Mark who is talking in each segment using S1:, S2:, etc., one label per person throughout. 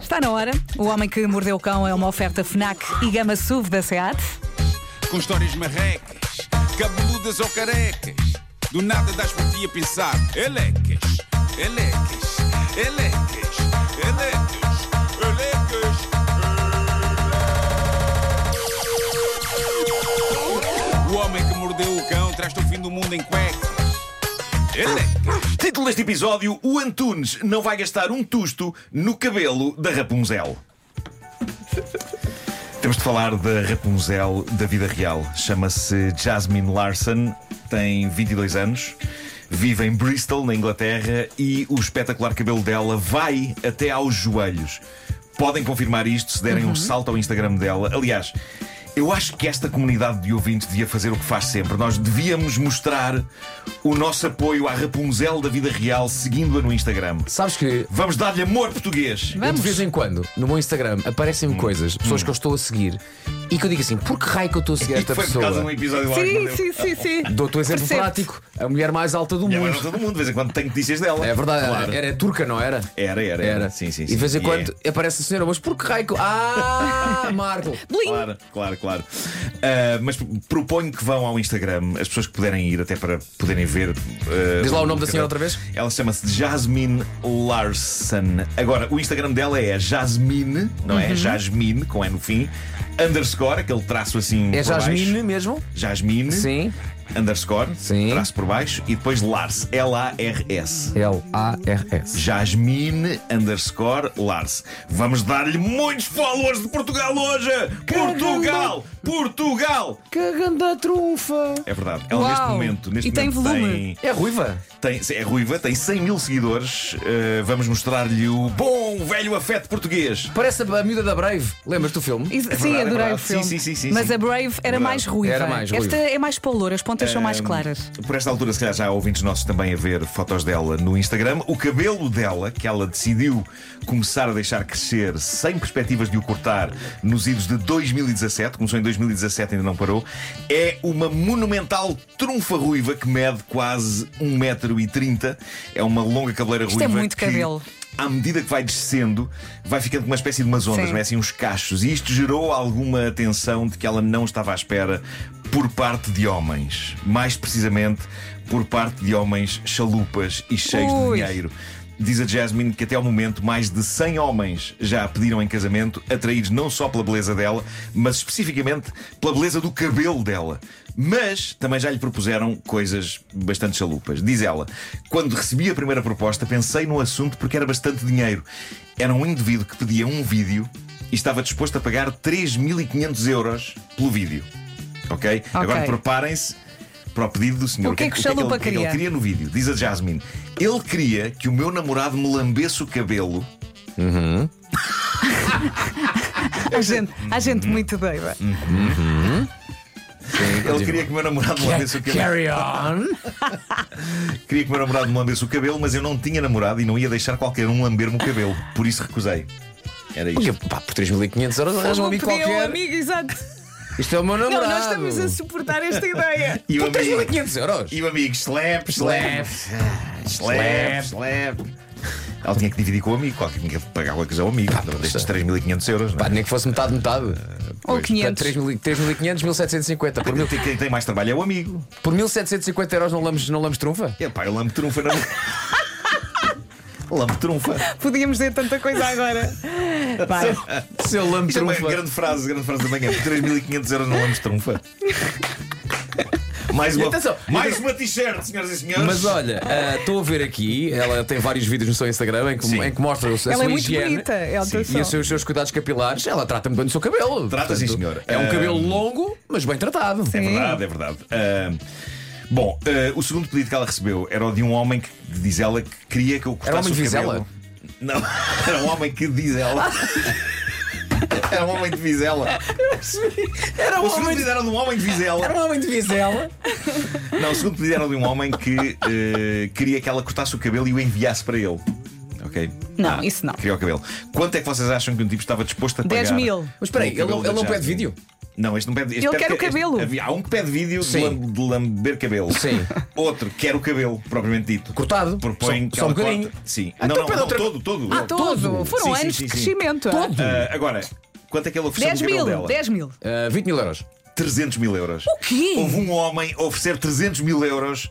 S1: Está na hora. O Homem que Mordeu o Cão é uma oferta FNAC e Gama SUV da SEAT.
S2: com histórias marrecas, cabeludas ou carecas. Do nada das por ti a pensar, elecas, elecas, elecas, elecas, elecas. O homem que mordeu o cão traz-te o fim do mundo em cuecas. Elecas.
S3: Título deste episódio: O Antunes não vai gastar um tusto no cabelo da Rapunzel. Temos de falar da Rapunzel da vida real. Chama-se Jasmine Larson, tem 22 anos, vive em Bristol, na Inglaterra, e o espetacular cabelo dela vai até aos joelhos. Podem confirmar isto se
S1: Uhum.
S3: derem um salto ao Instagram dela. Aliás, eu acho que esta comunidade de ouvintes devia fazer o que faz sempre. Nós devíamos mostrar o nosso apoio à Rapunzel da vida real, seguindo-a no Instagram.
S4: Sabes que
S3: Vamos dar-lhe amor português.
S4: de
S1: Vamos.
S4: vez em quando no meu Instagram
S3: Hum.
S4: aparecem-me coisas, pessoas que eu estou a seguir, e que eu digo assim: por que raio que eu estou a seguir esta
S3: Foi por causa de um
S4: pessoa?
S3: episódio lá que
S1: Sim,
S3: deu.
S1: sim, sim, sim.
S4: Dou-te um exemplo
S1: Percebo-te.
S4: prático: a mulher mais alta do
S3: E agora
S4: mundo.
S3: todo mundo, de vez em quando, tem notícias dela.
S4: É verdade,
S3: Claro.
S4: era, era turca, não era?
S3: Era, era, era. Sim, sim,
S4: E
S3: sim.
S4: de vez em
S3: E é.
S4: quando aparece a senhora, mas por que raio que. Ah, Marco!
S1: Blim.
S3: Claro, claro, claro. Ah, mas proponho que vão ao Instagram, as pessoas que puderem ir, até para poderem ver. ah,
S4: Diz lá o nome da senhora outra vez.
S3: Ela chama-se Jasmine Larson. Agora, o Instagram dela é Jasmine, não
S4: Uhum.
S3: é? Jasmine, com E no fim, underscore, aquele traço assim.
S4: É
S3: por baixo.
S4: Jasmine mesmo?
S3: Jasmine.
S4: Sim.
S3: Underscore,
S4: Sim.
S3: traço por baixo, e depois Lars, L-A-R-S.
S4: L-A-R-S.
S3: Jasmine underscore Lars. Vamos dar-lhe muitos followers de Portugal hoje! Portugal! Portugal!
S4: Cagando a trunfa!
S3: É verdade. Ela neste
S1: Uau.
S3: momento, neste
S1: E tem
S3: momento
S1: volume.
S4: É ruiva?
S3: Tem, tem- é ruiva, tem 100 mil seguidores. Uh, vamos mostrar-lhe o bom velho afeto português.
S4: Parece a, a miúda da Brave. Lembras-te do filme?
S1: Isso- sim,
S3: verdade, é
S1: adorei o
S3: verdade.
S1: filme.
S3: Sim, sim, sim, sim,
S1: Mas
S3: sim. É
S1: a Brave era
S3: Verdade. Hum.
S1: mais ruiva.
S4: Era mais
S1: Esta
S4: ruiva.
S1: é mais paloura, as pontas são mais claras.
S3: Por esta altura, se calhar já há ouvintes nossos também a ver fotos dela no Instagram. O cabelo dela, que ela decidiu começar a deixar crescer sem perspectivas de o cortar nos idos de 2017, começou em 2017 e ainda não parou, é uma monumental trunfa ruiva que mede quase 1,30m. É uma longa cabeleira
S1: Isto é
S3: ruiva.
S1: muito
S3: que,
S1: cabelo.
S3: À medida que vai descendo, vai ficando com uma espécie de umas ondas,
S1: Sim.
S3: não é? assim uns cachos. E isto gerou alguma atenção de que ela não estava à espera por parte de homens. Mais precisamente por parte de homens chalupas e cheios
S1: Ui.
S3: de dinheiro. Diz a Jasmine que até ao momento mais de 100 homens já a pediram em casamento, atraídos não só pela beleza dela, mas especificamente pela beleza do cabelo dela. Mas também já lhe propuseram coisas bastante chalupas. Diz ela: Quando recebi a primeira proposta, pensei no assunto porque era bastante dinheiro. Era um indivíduo que pedia um vídeo e estava disposto a pagar 3.500 euros pelo vídeo. Ok? Agora preparem-se para o pedido do senhor.
S1: O que é que o
S3: ele-
S1: chalupa
S3: o que é que
S1: queria?
S3: ele queria no vídeo? Diz a Jasmine: Ele queria que o meu namorado me lambesse o cabelo.
S1: Há gente, há gente
S3: Hum.
S1: muito doida.
S3: Ele queria que o meu namorado me lambesse o cabelo.
S4: Carry on!
S3: Queria que o meu namorado me lambesse o cabelo, mas eu não tinha namorado e não ia deixar qualquer um lamber-me o cabelo. Por isso recusei. Era isto.
S4: Porque, pá, por 3.500 euros arranja um
S1: Não
S4: amigo
S1: podia um
S4: qualquer.
S1: amigo, exato.
S4: Isto é o meu namorado.
S1: Não, nós estamos a suportar esta ideia.
S3: E o
S4: Por
S3: amigo,
S4: 3.500 euros.
S3: e o amigo slap, slap, slap, slap. Ela tinha que dividir com o amigo, qualquer um tinha que pagar qualquer coisa ao amigo. Destes 3.500 euros, não
S4: Pá,
S3: é?
S4: nem que fosse metade, metade.
S1: Ou
S3: Pois,
S1: 500.
S4: 3.500, 1.750. Por, mil,
S3: Quem- Quem tem mais trabalho é o amigo.
S4: por 1.750 euros não lamos, não lamos trunfa?
S3: É pá, eu lambo trunfa na. lambo trunfa.
S1: Podíamos dizer tanta coisa agora. Vai.
S4: Se eu lamo
S3: Isto é uma
S4: trunfa.
S3: grande frase, grande frase da manhã. Por 3.500 euros não lamos trunfa. Mais uma,
S4: E atenção,
S3: mais uma t-shirt, senhoras e senhores.
S4: Mas olha, ah, estou a ver aqui, ela tem vários vídeos no seu Instagram em que,
S3: Sim.
S4: em que mostra a sua
S1: Ela é muito
S4: higiene
S1: bonita, é
S4: Sim.
S1: atenção.
S4: e os seus, os seus cuidados capilares. Ela trata-me bem do seu cabelo.
S3: Trata, sim, senhora.
S4: É um
S3: Ah,
S4: cabelo longo, mas bem tratado.
S3: É verdade, é verdade. Ah, bom, ah, o segundo pedido que ela recebeu era o de um homem que, diz ela, que queria que eu cortasse
S4: Era um
S3: o
S4: homem de
S3: cabelo.
S4: Vizela?
S3: Não, era um homem que diz ela. Era um homem de Vizela.
S4: É Era
S3: O segundo pedido era de um homem de Vizela.
S4: um homem de visela.
S3: Não, o segundo pedido era de um homem que eh, queria que ela cortasse o cabelo e o enviasse para ele. Ok? Ah,
S1: Não, isso não.
S3: Queria o cabelo. Quanto é que vocês acham que um tipo estava disposto a pagar?
S1: 10 mil.
S4: Mas espera aí,
S3: pelo
S4: ele, não-
S3: cabelo
S4: ele não
S3: da
S4: pede
S3: Jasmine?
S4: vídeo?
S3: Não, este não pede. Este
S1: Ele
S3: pede
S1: quer o
S3: que- este-
S1: cabelo.
S3: havia- há um que pede vídeo de,
S4: Sim.
S3: lam- de lamber cabelo.
S4: Sim.
S3: Outro quer o cabelo, propriamente dito.
S4: Cortado.
S3: Propõe
S4: Só-
S3: que
S4: só um
S3: ela corte.
S4: bocadinho.
S3: Sim.
S4: Ah,
S3: não,
S4: então
S3: não,
S4: pede
S3: não,
S4: outra-
S3: todo, todo.
S1: Ah, todo.
S4: todo.
S1: Foram
S3: Sim, sim,
S1: anos
S3: sim,
S1: de
S3: sim.
S1: crescimento. ah.
S4: Todo.
S3: Ah, agora, quanto é que ele ofereceu
S1: 10
S3: no cabelo
S1: mil,
S3: dela?
S1: 10 mil.
S4: Ah, 20 mil euros.
S3: 300 mil euros.
S1: O quê?
S3: Houve um homem a oferecer 300 mil euros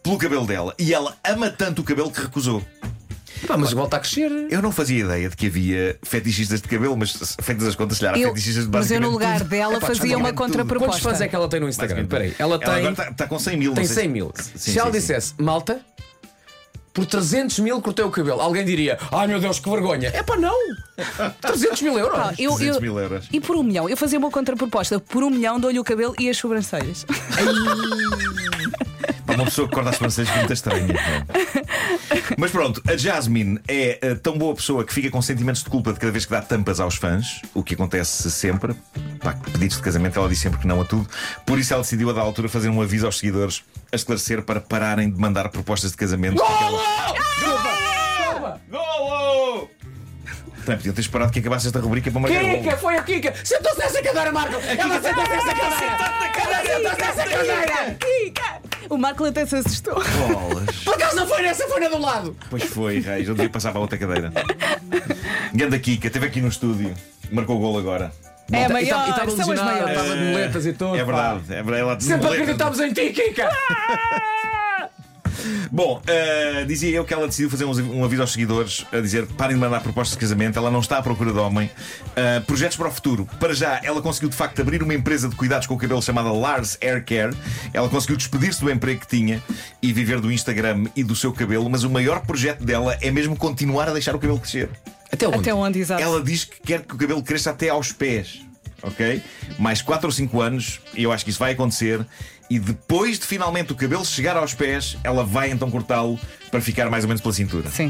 S3: pelo cabelo dela. E ela ama tanto o cabelo que recusou.
S4: Pá, mas volta a crescer.
S3: Eu não fazia ideia de que havia fetichistas de cabelo, mas se- feitas as contas, se calhar há
S1: Eu-
S3: fetichistas de
S1: mas eu
S3: basicamente
S1: no lugar
S3: tudo.
S1: dela fazia
S3: Epá,
S1: uma
S3: basicamente tudo.
S1: contraproposta.
S4: Quantos fãs é que ela tem no Instagram?
S3: Basicamente
S4: Espera aí.
S3: tudo.
S4: Ela tá tem,
S3: agora está com 100 mil. não
S4: tem
S3: sei
S4: 100
S3: se-
S4: mil.
S3: Sim,
S4: Se
S3: sim,
S4: ela
S3: sim.
S4: dissesse, malta, por 300 mil cortei o cabelo, alguém diria, ai meu Deus, que vergonha. É pá, não! 300 mil euros.
S1: Pá, eu-
S3: 300
S1: eu-
S3: mil euros.
S1: E por um milhão, eu fazia uma contraproposta. Por um milhão dou-lhe o cabelo e as sobrancelhas.
S3: Para uma pessoa que corta as sobrancelhas é muito estranha. Mas pronto, a Jasmine é eh, tão boa pessoa que fica com sentimentos de culpa de cada vez que dá tampas aos fãs, o que acontece sempre. Pá, pedidos de casamento, ela diz sempre que não a tudo. Por isso, ela decidiu, a da altura, fazer um aviso aos seguidores a esclarecer para pararem de mandar propostas de casamento.
S1: Ah!
S3: Golo! Portanto, podiam ter esperado que acabasse esta rubrica para marcar golo.
S4: Kika, foi a Kika! Sentou-se nessa cadeira, Marco! Ela sentou-se nessa cadeira! Ela sentou-se nessa cadeira!
S1: O Marco até se assustou.
S3: Bolas.
S4: Por acaso não foi nessa, foi na do lado!
S3: Pois foi, Reis, eu devia passar para a outra cadeira. Ganda Kika, esteve aqui no estúdio, marcou o gol agora.
S1: É a
S3: tá-
S4: E
S1: maior,
S4: estava- e estava
S1: são as
S4: ilusionada,
S1: maiores.
S4: Estava de moletas e tudo.
S3: É
S4: pá.
S3: verdade, é verdade. Ela
S4: Sempre acreditámos em ti, Kika!
S3: Bom, eh, dizia eu que ela decidiu fazer uns- um aviso aos seguidores a dizer parem de mandar propostas de casamento, ela não está à procura de homem. Eh, projetos para o futuro. Para já, ela conseguiu de facto abrir uma empresa de cuidados com o cabelo chamada Lars Hair Care. Ela conseguiu despedir-se do emprego que tinha e viver do Instagram e do seu cabelo, mas o maior projeto dela é mesmo continuar a deixar o cabelo crescer.
S4: Até onde?
S1: Até onde, exato.
S3: É. Ela diz que quer que o cabelo cresça até aos pés, ok? Mais 4 ou 5 anos, e eu acho que isso vai acontecer. E depois de finalmente o cabelo chegar aos pés, ela vai então cortá-lo para ficar mais ou menos pela cintura.
S1: Sim,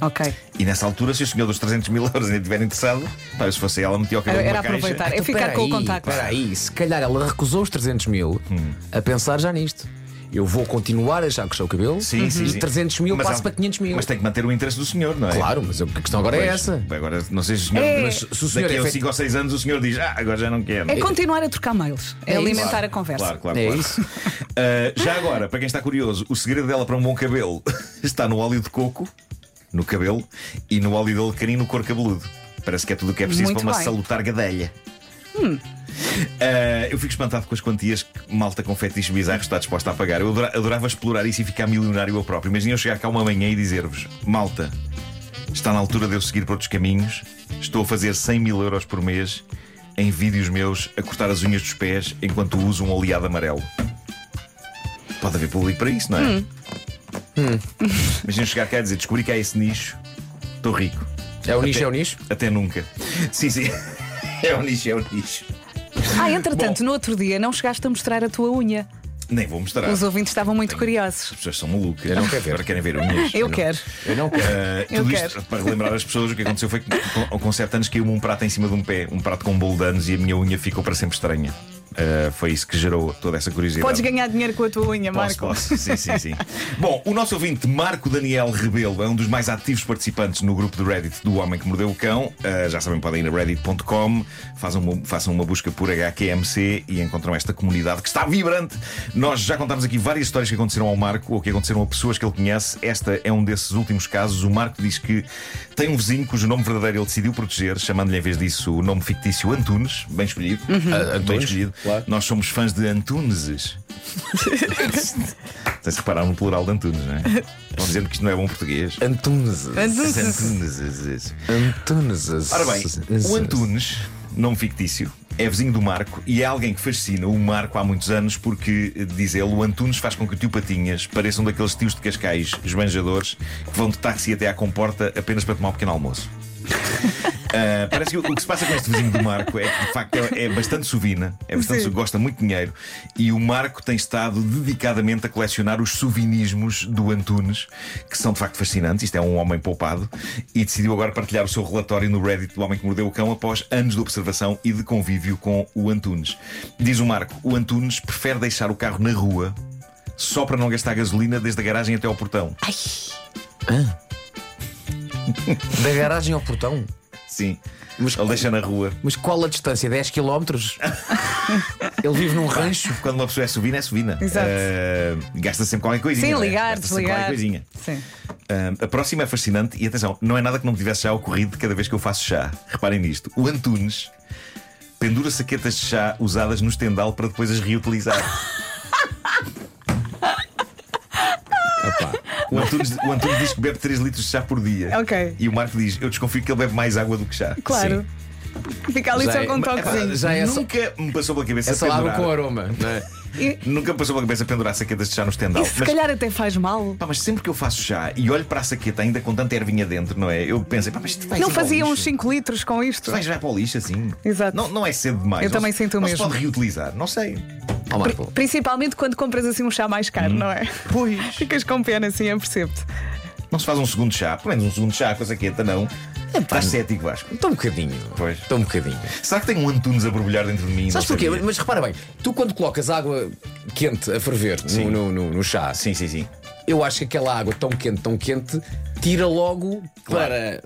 S1: ok.
S3: E nessa altura, se o senhor dos 300 mil euros ainda estiver interessado, pá, se fosse ela, metia o cabelo
S1: Era
S3: numa caixa.
S1: aproveitar. É
S4: Então,
S1: ficar com o contacto.
S4: Espera aí, se calhar ela recusou os 300 mil
S3: Hum.
S4: a pensar já nisto. Eu vou continuar a achar que sou o cabelo
S3: Sim, sim,
S4: e
S3: sim.
S4: 300 Uhum. mil
S3: Mas
S4: passa
S3: há-
S4: para 500 mil.
S3: Mas tem que manter o interesse do senhor, não é?
S4: Claro, mas a questão agora é essa.
S3: Agora, não sei se o senhor.
S1: É.
S3: mas
S4: se o senhor
S3: daqui
S4: é
S3: a
S4: feito-
S3: 5 ou 6 anos, o senhor diz: Ah, agora já não quero.
S1: É continuar a trocar mails, é,
S4: É isso.
S1: alimentar
S3: Claro,
S1: a conversa.
S3: Claro, claro,
S4: É
S3: claro.
S4: isso.
S3: Uh, já agora, para quem está curioso, o segredo dela para um bom cabelo está no óleo de coco, no cabelo, e no óleo de alecrim no couro cabeludo. Parece que é tudo o que é preciso
S1: Muito
S3: para uma
S1: bem. Hum.
S3: salutar gadelha. Uh, eu fico espantado com as quantias que malta com fetiches bizarros está disposta a pagar. Eu adora- adorava explorar isso e ficar milionário eu próprio. Imagina eu chegar cá uma manhã e dizer-vos: malta, está na altura de eu seguir para outros caminhos, estou a fazer 100 mil euros por mês em vídeos meus a cortar as unhas dos pés enquanto uso um oleado amarelo. Pode haver público para isso, não é?
S1: Hum.
S3: Imagina eu chegar cá e dizer: descobri que há esse nicho, estou rico.
S4: É o nicho, é o nicho.
S3: Até nunca. Sim, sim. É o nicho, é o nicho.
S1: Ah, entretanto, no outro dia não chegaste a mostrar a tua unha.
S3: Nem vou mostrar.
S1: Os ouvintes estavam muito
S3: Tá. Tenho-
S1: curiosos.
S3: As pessoas são malucas.
S4: Eu não quero ver.
S3: Agora querem ver unhas.
S1: Eu quero.
S4: Eu não quero.
S3: Ah,
S1: Eu
S3: tudo
S1: quero.
S3: isto para relembrar as pessoas o que aconteceu foi que com- ao- com 7 anos caiu-me um prato em cima de um pé, um prato com um bolo de anos e a minha unha ficou para sempre estranha. Ah, foi isso que gerou toda essa curiosidade.
S1: Podes ganhar dinheiro com a tua unha,
S3: Posso,
S1: Marco.
S3: posso. Sim, sim, sim. Bom, o nosso ouvinte Marco Daniel Rebelo é um dos mais ativos participantes no grupo de Reddit do Homem que Mordeu o Cão. Ah, já sabem, podem ir a reddit.com, façam uma, façam uma busca por HQMC e encontram esta comunidade que está vibrante. Nós já contámos aqui várias histórias que aconteceram ao Marco ou que aconteceram a pessoas que ele conhece. Esta é um desses últimos casos. O Marco diz que tem um vizinho cujo nome verdadeiro ele decidiu proteger, chamando-lhe em vez disso o nome fictício Antunes, bem escolhido. Ah, bem
S4: Uhum. Antunes,
S3: escolhido.
S4: claro.
S3: Nós somos fãs de Antuneses. Tem-se que reparar no plural de Antunes, não é? Estão dizendo que isto não é bom português.
S4: Antunes.
S1: Mas-
S3: Antunes.
S4: Antunes.
S3: Ora bem, o Antunes, nome fictício, é vizinho do Marco e é alguém que fascina o Marco há muitos anos porque, eh, diz ele, o Antunes faz com que o tio Patinhas pareça um daqueles tios de Cascais esbanjadores que vão de táxi até à comporta apenas para tomar um pequeno almoço. Ah, parece que o, o que se passa com este vizinho do Marco é que de facto é, é bastante sovina, é bastante,
S1: Sim.
S3: gosta muito de dinheiro e o Marco tem estado dedicadamente a colecionar os sovinismos do Antunes, que são de facto fascinantes. Isto é um homem poupado e decidiu agora partilhar o seu relatório no Reddit do Homem que Mordeu o Cão após anos de observação e de convívio com o Antunes. Diz o Marco: o Antunes prefere deixar o carro na rua só para não gastar gasolina desde a garagem até ao portão.
S4: Da garagem ao portão.
S3: Sim.
S4: Mas-
S3: Ele deixa na rua.
S4: Mas qual a distância? 10 km? Ele vive num rancho.
S3: Quando uma pessoa é subina, é subina.
S1: Exato.
S3: Eh, gasta sempre qualquer coisinha.
S1: Sim,
S3: não é?
S1: ligar,
S3: Gasta sempre qualquer
S1: desligar.
S3: coisinha.
S1: Sim.
S3: Ahm, a próxima é fascinante e atenção, não é nada que não me tivesse já ocorrido cada vez que eu faço chá. Reparem nisto: o Antunes pendura saquetas de chá usadas no estendal para depois as reutilizar. O Antunes, o Antunes diz que bebe 3 litros de chá por dia.
S1: Ok.
S3: E o Marco diz: Eu desconfio que ele bebe mais água do que chá.
S1: Claro. Fica ali
S4: Já
S1: só
S4: é-
S1: com um
S4: mas,
S3: Epá,
S1: toquezinho.
S4: Já é só-
S3: nunca me passou pela cabeça
S4: É só água
S3: pendurar,
S4: com aroma. não é?
S3: Nunca me passou pela cabeça pendurar saquetas de chá no estendal.
S1: E se
S3: Mas-
S1: calhar até faz mal.
S3: Pá, mas sempre que eu faço chá e olho para a saqueta ainda com tanta ervinha dentro, não é? Eu penso, pá, mas isto vai
S1: Não
S3: ir para o
S1: fazia
S3: lixo.
S1: uns 5 litros com isto?
S3: Tu vais já para o lixo assim.
S1: Exato.
S3: Não, não é cedo demais.
S1: Eu
S3: Não
S1: também
S3: se-
S1: sinto o
S3: não
S1: mesmo.
S3: Se pode reutilizar, não sei.
S4: Ó, Marco.
S1: Principalmente quando compras assim um chá mais
S3: Uhum.
S1: caro, não é?
S3: Pois.
S1: Ficas com pena, assim, eu percebo-te.
S3: Não se faz um segundo chá, pelo menos um segundo chá com a saqueta, não. Estás cético, Vasco.
S4: Estou um bocadinho.
S3: Pois.
S4: Estou um bocadinho.
S3: Será que tem um Antunes a borbulhar dentro de mim?
S4: Sabes
S3: Não
S4: porquê?
S3: sabia.
S4: Mas repara bem, tu quando colocas água quente a ferver no, no, no- no chá,
S3: Sim, sim, sim.
S4: eu acho que aquela água tão quente, tão quente, tira logo para.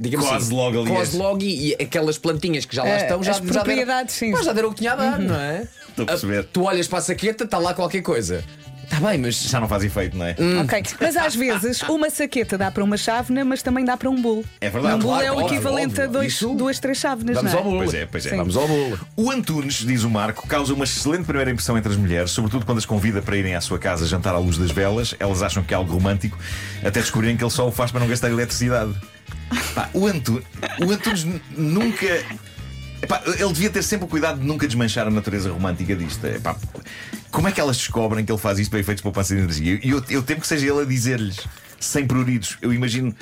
S4: Digamos
S3: Cose
S4: assim,
S3: logo ali
S4: Cose
S3: esse.
S4: logo e, e aquelas plantinhas que já lá
S1: É,
S4: estão, já,
S1: as
S4: já
S1: propriedades, sim.
S4: deram,
S1: Uhum.
S4: Pá, já deram o que tinha a dar, não é?
S3: Estou a perceber.
S4: Tu olhas para a saqueta, está lá qualquer coisa. Está bem, mas.
S3: Já não faz efeito, não é?
S1: Ok. Mas às vezes uma saqueta dá para uma chávena, mas também dá para um bolo.
S3: É verdade,
S1: Um bolo
S3: claro,
S1: é o
S3: óbvio,
S1: equivalente
S4: óbvio.
S1: a dois,
S4: Isso-
S1: duas, três chávenas,
S4: Vamos
S1: não
S4: ao bolo.
S3: Pois é, pois é.
S1: Sim.
S4: Vamos ao bolo.
S3: O Antunes, diz o Marco, causa uma excelente primeira impressão entre as mulheres, sobretudo quando as convida para irem à sua casa jantar à luz das velas. Elas acham que é algo romântico, até descobrirem que ele só o faz para não gastar eletricidade. Pá, o, Antu... o Antunes n- nunca. Epá, ele devia ter sempre o cuidado de nunca desmanchar a natureza romântica disto. Epá, como é que elas descobrem que ele faz isto para efeitos de poupança de energia? E eu, eu temo que seja ele a dizer-lhes, sem pruridos. Eu imagino.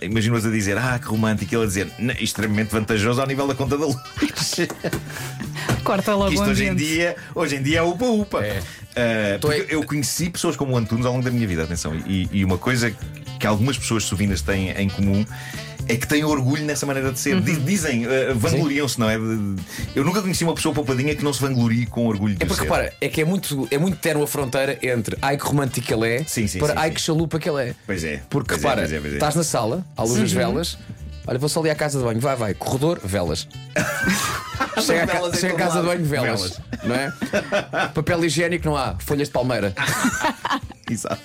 S3: Imagino-as a dizer, ah, que romântico, e ele a dizer, "Não, isto é extremamente vantajoso ao nível da conta da luz.
S1: Corta logo
S3: Que
S1: o
S3: isto hoje em
S1: ambiente.
S3: dia, hoje em dia é upa-upa. Ah,
S4: É.
S3: porque
S4: Então é-
S3: Eu conheci pessoas como o Antunes ao longo da minha vida, atenção. E, e uma coisa que algumas pessoas suvinas têm em comum é que têm orgulho nessa maneira de ser.
S4: Uhum.
S3: Di- Dizem, ah, vangloriam-se, não é? De- de- Eu nunca conheci uma pessoa poupadinha que não se vanglorie com orgulho de
S4: É porque
S3: ser.
S4: repara, é que é muito, é muito terno a fronteira entre ai que romântico que ele é
S3: Sim, sim,
S4: para
S3: sim,
S4: ai
S3: sim.
S4: que chalupa que ele é.
S3: Pois é,
S4: Porque
S3: pois é,
S4: repara,
S3: pois é, pois é.
S4: estás na sala, à luz
S1: Uhum.
S4: das velas, olha, vou só ali à casa de banho, vai, vai, corredor, velas. chega à ca-
S3: Velas em
S4: chega à
S3: todo
S4: casa de
S3: lado.
S4: banho, velas. Não é? Papel higiênico não há, folhas de palmeira.
S3: Exato.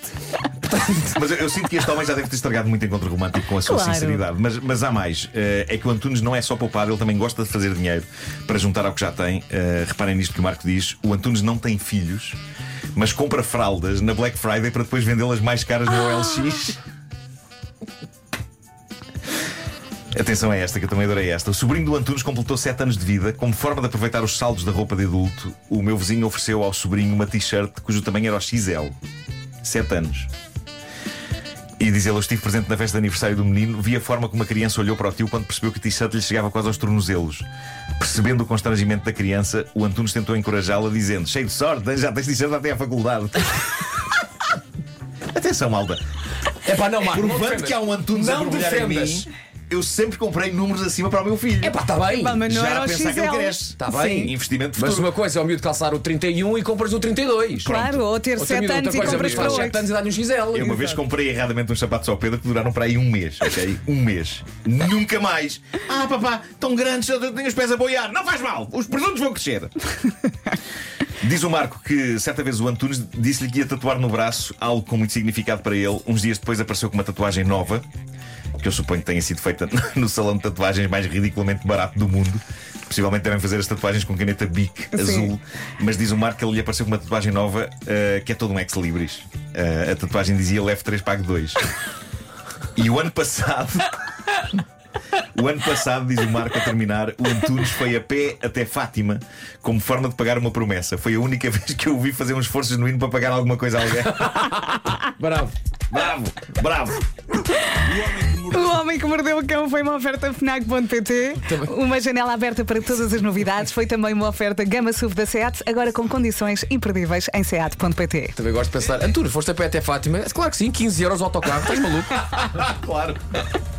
S3: mas eu, eu sinto que este homem já deve ter estragado muito encontro romântico com a sua
S1: Claro.
S3: sinceridade. Mas, mas há mais. Eh, é que o Antunes não é só poupado, ele também gosta de fazer dinheiro para juntar ao que já tem. Eh, reparem nisto que o Marco diz: o Antunes não tem filhos, mas compra fraldas na Black Friday para depois vendê-las mais caras no OLX. Atenção a esta, que eu também adorei esta. O sobrinho do Antunes completou 7 anos de vida. Como forma de aproveitar os saldos da roupa de adulto, o meu vizinho ofereceu ao sobrinho uma t-shirt cujo tamanho era o XL. 7 anos. E diz ele: Eu estive presente na festa de aniversário do menino, vi a forma como a criança olhou para o tio quando percebeu que o t-shirt lhe chegava quase aos tornozelos. Percebendo o constrangimento da criança, o Antunes tentou encorajá-la, dizendo: Cheio de sorte, já tens t-shirt até à faculdade. Atenção, malta.
S4: É pá, não, Marco, não
S3: Provando
S4: defendas.
S3: que há um Antunes a
S4: não
S3: borbulhar em
S4: defendas.
S3: mim, eu sempre comprei números acima para o meu filho.
S4: É pá, está bem.
S1: Pá, mas não
S3: já
S1: era
S3: a
S1: o Tá
S3: pensar que ele
S1: XL.
S3: cresce. Está
S4: bem.
S3: Investimento
S4: Mas
S3: futuro.
S4: uma coisa é o miúdo calçar o 31 e compras o 32.
S1: Claro, ou ter
S4: Outra
S1: 7
S4: miúda, outra
S1: anos e
S4: coisa,
S1: compras
S4: miúdo,
S1: para
S4: faz
S1: 8.
S4: sete anos e dá-lhe um XL.
S3: Eu uma vez comprei erradamente uns sapatos ao Pedro que duraram para aí um mês, ok? Um mês. Nunca mais. Ah, papá, tão grandes, eu tenho os pés a boiar. Não faz mal, os presuntos vão crescer. Diz o Marco que certa vez o Antunes disse-lhe que ia tatuar no braço algo com muito significado para ele. Uns dias depois apareceu com uma tatuagem nova, que eu suponho que tenha sido feita no salão de tatuagens mais ridiculamente barato do mundo. Possivelmente devem fazer as tatuagens com caneta Bic azul. Mas diz o Marco que ele lhe apareceu com uma tatuagem nova, eh, que é todo um ex-libris. Eh, a tatuagem dizia leve 3, pague 2. E o ano passado. O ano passado, diz o Marco a terminar, o Antunes foi a pé até Fátima como forma de pagar uma promessa. Foi a única vez que eu o vi fazer um esforço genuíno para pagar alguma coisa a alguém.
S4: Bravo.
S3: Bravo, bravo.
S2: O homem que mordeu
S1: O Homem que Mordeu o Cão foi uma oferta FNAC.pt Uma janela aberta para todas as novidades Foi também uma oferta Gama SUV da SEAT Agora com condições imperdíveis em SEAT.pt
S4: Também gosto de pensar, Antunes, foste a pé até Fátima? Claro que sim, 15 euros o autocarro, estás maluco?
S3: Claro.